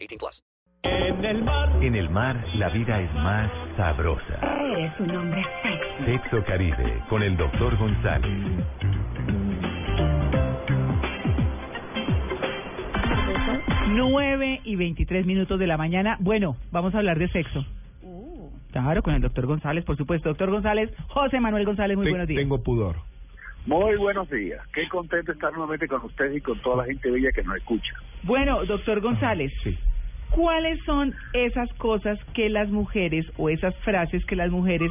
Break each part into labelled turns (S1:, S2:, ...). S1: 18 plus.
S2: En el mar,
S3: En el mar, la vida es más sabrosa.
S4: Este
S5: Eres un hombre sexy.
S3: Sexo Caribe con el doctor González.
S4: Nueve y 23 minutos de la mañana. Bueno, vamos a hablar de sexo. Uh. Claro, con el doctor González, por supuesto. Doctor González, José Manuel González, muy buenos días.
S6: Tengo pudor.
S2: muy buenos días. Qué contento estar nuevamente con ustedes y con toda la gente bella que nos escucha.
S4: Bueno, doctor González,
S6: Sí.
S4: ¿cuáles son esas cosas que las mujeres o esas frases que las mujeres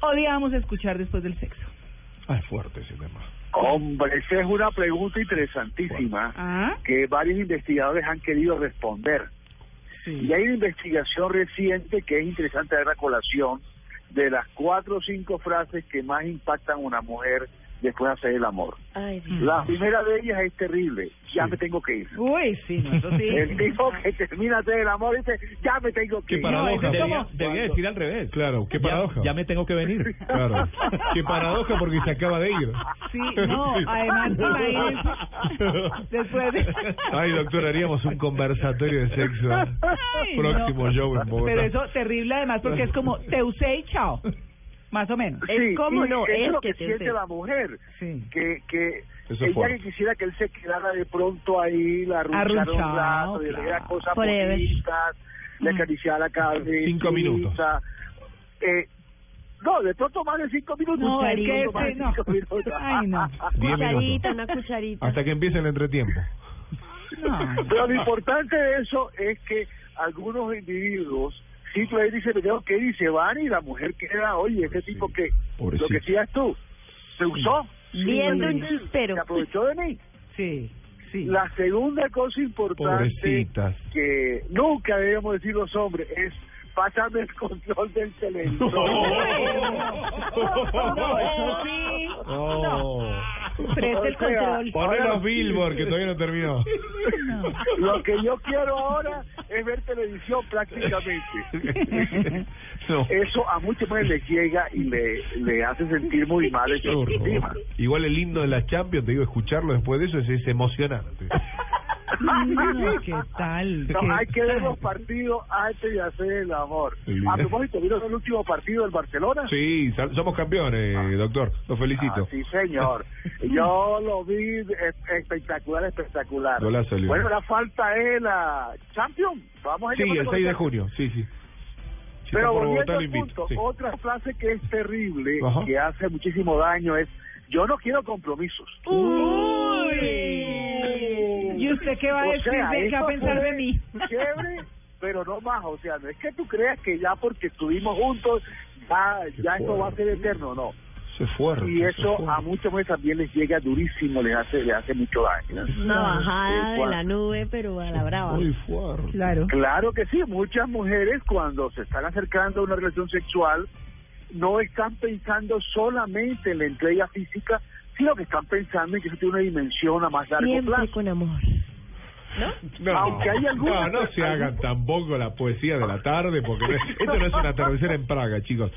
S4: odiamos escuchar después del sexo?
S6: Ah, es fuerte ese tema.
S2: Hombre, esa es una pregunta interesantísima
S4: Ah,
S2: que varios investigadores han querido responder. Y hay una investigación reciente que es interesante dar la colación de las cuatro o cinco frases que más impactan a una mujer después de hacer el amor. La primera de ellas es terrible. Ya me tengo que ir.
S4: Uy, sí, no, eso sí.
S2: El tipo que termina de hacer el amor dice, ya me tengo que
S7: Qué
S2: ir.
S7: paradoja.
S4: No, eso es
S7: debía,
S4: como-
S7: debía decir al revés.
S6: Claro, qué
S7: Ya-
S6: paradoja.
S7: Ya, me tengo que venir.
S6: Claro. Qué paradoja porque se acaba de ir.
S4: Sí, no, además, imagínense, después de-
S6: Ay, doctor, haríamos un conversatorio de sexo. ¿eh?
S4: Ay,
S6: Próximo
S4: no.
S6: show en Bogotá.
S4: Pero eso terrible además porque es como te usé y chao. Más o menos.
S2: Sí, y eso es lo que,
S4: te
S2: siente
S4: usé.
S2: la mujer
S4: Sí.
S2: que que
S6: Eso
S2: ella
S6: fue.
S2: que quisiera que él se quedara de pronto ahí la arrullara un
S4: Arruchado,
S2: rato, le diera
S4: claro.
S2: cosas
S4: Forever. Mm.
S2: bonitas le acariciara la cabeza
S6: Cinco minutos.
S2: eh, no de pronto más de cinco minutos
S4: No,
S2: de
S4: es que
S2: pronto más
S4: este,
S2: de
S4: no.
S2: cinco minutos.
S4: Ay, no.
S6: Mm. Diez
S5: Cucharita,
S6: minutos.
S5: una cucharita.
S6: Hasta que empiece el entretiempo.
S4: No.
S2: pero lo importante de eso es que algunos individuos simplemente dicen me tengo que ir y se van y la mujer queda oye este tipo que lo
S6: Pobrecito.
S2: que hacías tú se usó
S5: Viendo un chispero.
S2: se aprovechó de mí
S4: Sí, sí.
S2: La segunda cosa importante
S6: Pobrecitas.
S2: que nunca debemos decir los hombres es pásame el control del televisor. Oh.
S4: No, eso sí.
S6: Oh.
S4: Presta el
S2: O sea,
S4: control.
S6: Poné los billboard que todavía no terminó.
S2: Lo que yo quiero ahora es ver televisión prácticamente.
S6: No.
S2: Eso a muchos mujeres les llega y le, le hace sentir muy mal
S6: Qué
S2: ese
S6: horror.
S2: tema.
S6: Igual el himno de la Champions, te digo, escucharlo después de eso es, es emocionante.
S4: No, ¿Qué tal?
S2: No,
S4: ¿Qué
S2: hay que ver
S4: tal?
S2: los partidos antes de hacer el amor.
S6: Sí.
S2: A propósito, ¿vieron el último partido del Barcelona?
S6: Sí, sal- somos campeones, doctor. Los felicito.
S2: Ah, sí, señor. Yo lo vi es- espectacular, espectacular.
S6: Golazo, Lionel.
S2: bueno, la falta es la Champions. Vamos a
S6: Sí,
S2: llamar
S6: el
S2: con
S6: 6 de
S2: Champions.
S6: junio, sí, sí. Si está
S2: Pero
S6: por
S2: volviendo
S6: Bogotá, lo
S2: al
S6: invito.
S2: punto,
S6: sí.
S2: otra frase que es terrible,
S6: Ajá.
S2: que hace muchísimo daño, es yo no quiero compromisos.
S6: Uh.
S4: Uy. ¿Y usted qué va a
S2: O
S4: decir?
S2: sea,
S4: de- ¿Qué va a
S2: eso
S4: pensar
S2: fue
S4: de mí?
S2: Chévere, pero no más. O sea, no es que tú creas que ya porque estuvimos juntos, ya,
S6: Qué
S2: ya esto va a
S6: fuerte.
S2: ser eterno. No.
S6: Eso es fuerte.
S2: Y
S6: es
S2: eso
S6: fuerte.
S2: a muchas mujeres también les llega durísimo, les hace, les hace mucho daño.
S5: Una bajada de
S2: Igual.
S5: la nube, pero a la brava.
S6: Muy fuerte.
S4: Claro.
S2: Claro que sí, muchas mujeres cuando se están acercando a una relación sexual no están pensando solamente en la entrega física, sino que están pensando en que eso tiene una dimensión a más largo
S5: Siempre
S2: plazo.
S5: con amor.
S6: No,
S2: Aunque hay algunas-
S6: no, no se hagan tampoco la poesía de la tarde, porque no es- esto no es una tercera en Praga, chicos.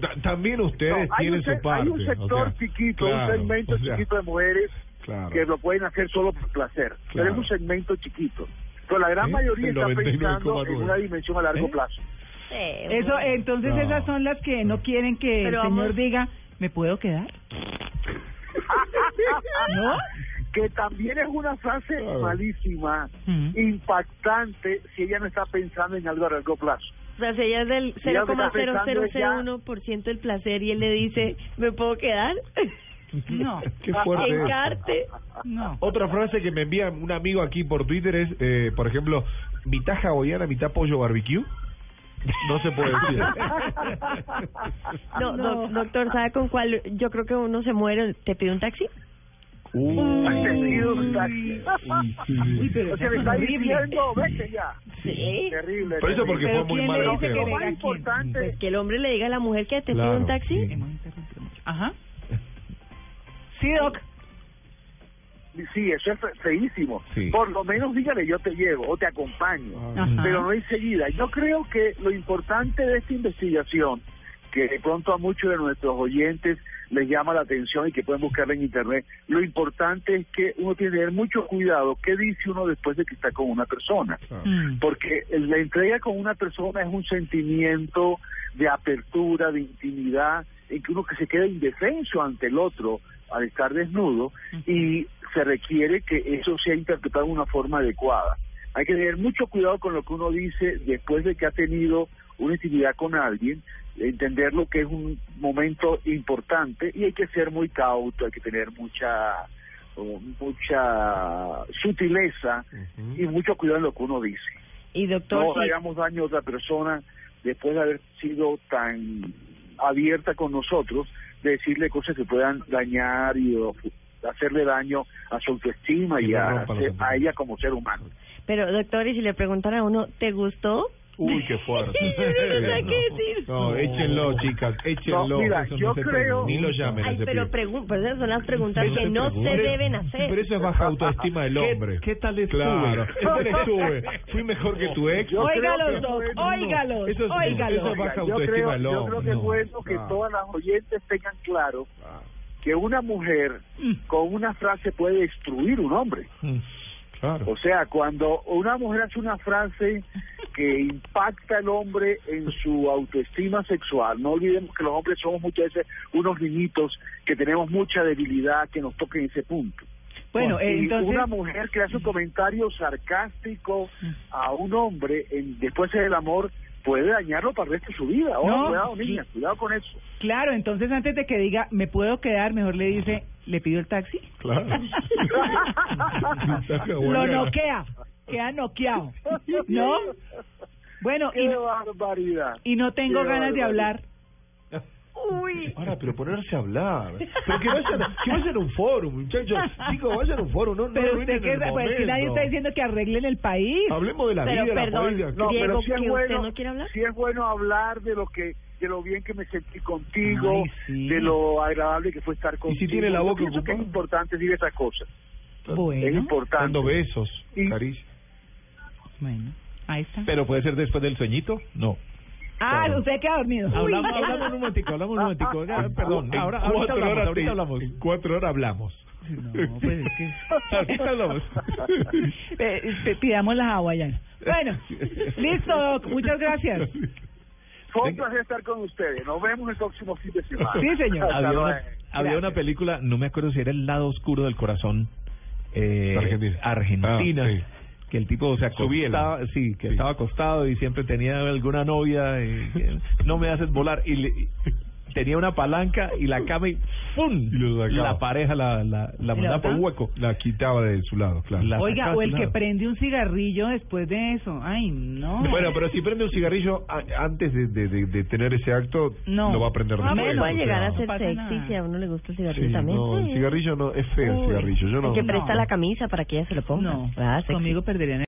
S6: Ta- también
S2: No,
S6: ustedes
S2: hay,
S6: tienen
S2: un, se-
S6: su parte.
S2: hay un sector
S6: o sea,
S2: chiquito,
S6: claro,
S2: un segmento
S6: o sea,
S2: chiquito de mujeres
S6: Claro.
S2: que lo pueden hacer solo por placer, pero es
S6: Claro.
S2: un segmento chiquito. Pero la gran
S6: ¿Eh?
S2: mayoría
S6: El
S2: está pensando
S6: 99,9.
S2: en una dimensión a largo
S6: ¿Eh?
S2: plazo.
S5: Sí,
S4: Eso, entonces
S6: No.
S4: esas son las que no quieren que
S5: Pero
S4: el
S5: vamos-
S4: señor diga, ¿me puedo quedar? ¿No?
S2: que también es una frase
S6: Claro.
S2: malísima,
S4: Mm.
S2: impactante, si ella no está pensando en algo a largo plazo.
S5: O sea, si ella es del
S2: Ya lo que está pensando es ya-
S5: 0,0001% del placer y él le dice, ¿me puedo quedar?
S4: No,
S6: Qué fuerte. es.
S5: Encarte.
S4: no.
S6: Otra frase que me envía un amigo aquí por Twitter es, eh, por ejemplo, mitad hawaiana, mitad pollo barbecue. No se puede decir.
S5: No, doc- doctor, ¿sabe con cuál? Yo creo que uno se muere. ¿Te pide un taxi?
S6: Uh.
S2: Ascendido taxi.
S4: Uy, pero
S2: O sea,
S4: eso es
S2: me está
S4: horrible.
S2: diciendo, vete ya.
S5: Sí.
S2: Terrible.
S6: Pero eso
S2: terrible.
S6: porque fue
S4: Pero
S6: muy
S4: ¿quién le
S6: mal
S4: dice que
S6: golpeado.
S2: Lo más
S4: ¿quién?
S2: importante,
S5: Pues que el hombre le diga a la mujer que te
S6: Claro,
S5: pide un taxi.
S6: sí.
S4: Hemos interrumpido mucho. Ajá. Sí, Doc.
S2: sí, eso es fe- feísimo.
S6: Sí.
S2: Por lo menos dígale, yo te llevo o te acompaño.
S4: Ajá.
S2: pero no enseguida. Yo creo que lo importante de esta investigación, que de pronto a muchos de nuestros oyentes les llama la atención y que pueden buscarla en internet, lo importante es que uno tiene que tener mucho cuidado qué dice uno después de que está con una persona.
S6: Ah.
S4: Mm.
S2: Porque la entrega con una persona es un sentimiento de apertura, de intimidad, en que uno que se queda indefenso ante el otro al estar desnudo y se requiere que eso sea interpretado de una forma adecuada. Hay que tener mucho cuidado con lo que uno dice después de que ha tenido una intimidad con alguien, entender lo que es un momento importante y hay que ser muy cauto, hay que tener mucha oh, mucha sutileza y mucho cuidado en lo que uno dice.
S5: Y doctor,
S2: No
S5: sí,
S2: hagamos daño a otra persona después de haber sido tan abierta con nosotros, de decirle cosas que puedan dañar y o, hacerle daño a su autoestima
S6: Que
S2: y,
S6: no
S2: a,
S6: rompa los
S2: se- a
S6: sentimientos.
S2: ella como ser humano.
S5: pero doctor, y si le preguntan a uno, ¿te gustó?
S6: Uy, qué fuerte.
S5: Yo no sé qué decir.
S6: No, échenlo, chicas, échenlo.
S2: No, mira,
S6: Eso no
S2: yo
S6: se
S2: creo-
S6: permite. Ni lo llamen. a
S5: Ay,
S6: ese
S5: pero,
S6: pibe.
S5: pregun- pues esas son las preguntas
S6: Pero
S5: que
S6: se
S5: no se
S6: pregunta.
S5: deben
S6: Pero
S5: hacer.
S6: eso es baja autoestima del hombre.
S7: ¿Qué tal estuve?
S6: Claro, ¿qué tal estuve? ¿Fui mejor que tu ex?
S2: Yo creo que
S4: Óigalos, Doc.
S2: fue- no,
S6: eso
S4: Óigalos.
S6: es- eso
S4: Óigalos.
S6: es baja
S2: yo
S6: autoestima
S2: creo,
S6: del
S2: yo
S6: hombre.
S2: creo que es
S6: No,
S2: bueno que
S6: claro.
S2: todas las oyentes tengan claro
S6: Ah,
S2: que una mujer
S6: Mm.
S2: con una frase puede destruir un hombre.
S6: Claro.
S2: O sea, cuando una mujer hace una frase que impacta al hombre en su autoestima sexual, no olvidemos que los hombres somos muchas veces unos niñitos que tenemos mucha debilidad que nos toca en ese punto.
S4: Bueno, eh,
S2: Y
S4: entonces.
S2: una mujer que hace un comentario sarcástico a un hombre en, después del amor puede dañarlo para el resto de su vida. Oh,
S4: No,
S2: cuidado,
S4: sí.
S2: niña, cuidado con eso.
S4: Claro, entonces antes de que diga, ¿me puedo quedar? Mejor le dice, ¿le pido el taxi?
S6: Claro.
S4: Lo noquea. Queda noqueado. ¿No? Bueno,
S2: ¡Qué
S4: y,
S2: barbaridad!
S4: y no tengo
S2: qué
S4: ganas de
S2: barbaridad.
S4: hablar.
S5: Uy,
S6: Ahora, pero ponerse a hablar. Pero que vayan, a- que vayan a un foro, muchachos. Chicos, vayan a un foro. No, no
S4: Pero
S6: arruinen
S4: usted que
S6: el
S4: pues, si nadie
S6: momento.
S4: está diciendo que arreglen el país.
S7: Ah,
S6: Hablemos de la
S5: Pero
S6: vida, de la
S5: perdón,
S6: familia.
S2: No,
S5: Diego,
S2: pero sí es
S5: ¿que usted
S2: bueno,
S5: no quiere hablar?
S2: sí es bueno hablar de lo que de lo bien que me sentí contigo,
S4: Ay, sí.
S2: de lo agradable que fue estar contigo.
S6: tiene la
S2: Yo
S6: boca
S2: pienso que es
S6: ocupada?
S2: importante decir esas cosas. Es
S4: Bueno,
S2: importante.
S6: Dando besos,
S2: Y-
S6: caricias.
S4: bueno, ahí está.
S7: ¿Pero puede ser después del sueñito? No.
S4: Ah, usted queda dormido.
S7: Hablamos, hablamos en un momentico, hablamos en un momentico. Ya, perdón,
S6: En
S7: ahora,
S6: cuatro
S7: ahorita hablamos,
S6: horas
S7: ahorita
S6: te-
S7: hablamos.
S6: en cuatro horas hablamos.
S4: No, pues es que...
S7: Ahorita hablamos.
S4: Eh, eh, pidamos las hawaianas. Bueno, listo, Doc. Muchas gracias.
S2: Fue un placer estar con ustedes. Nos vemos el próximo fin de semana.
S4: Sí, señor.
S2: Hasta
S7: había, una,
S2: luego.
S7: había una película, no me acuerdo si era El lado oscuro del corazón eh,
S6: Argentina.
S7: Argentina,
S6: Ah, sí.
S7: que el tipo se acostaba,
S6: Subiela.
S7: sí, que
S6: Sí.
S7: estaba acostado y siempre tenía alguna novia, y, que, no me haces volar y, le- y tenía una palanca y la cama y ¡pum!
S6: Y lo sacaba.
S7: la pareja la la, la mandaba por
S4: otra?
S7: un hueco.
S6: La quitaba de su lado, claro.
S7: La
S4: Oiga,
S7: sacaba
S4: o
S7: a
S4: el
S7: su
S4: que
S7: lado.
S4: prende un cigarrillo después de eso. Ay, no.
S6: Bueno, pero si prende un cigarrillo a- antes de, de, de- de tener ese acto,
S4: No.
S6: lo va a prender
S4: No,
S6: después,
S4: bueno,
S5: uno puede
S6: o sea,
S5: llegar a
S4: no
S5: ser
S4: pasa
S5: sexy
S4: nada.
S5: si a uno le gusta el cigarrillo
S6: sí,
S5: también.
S6: no, el cigarrillo no, es feo el
S5: Uy,
S6: cigarrillo. Yo
S5: el
S6: no.
S5: que presta
S4: No.
S5: la camisa para que ella se lo ponga.
S4: no.
S5: Ah, sexy.
S4: Conmigo perderían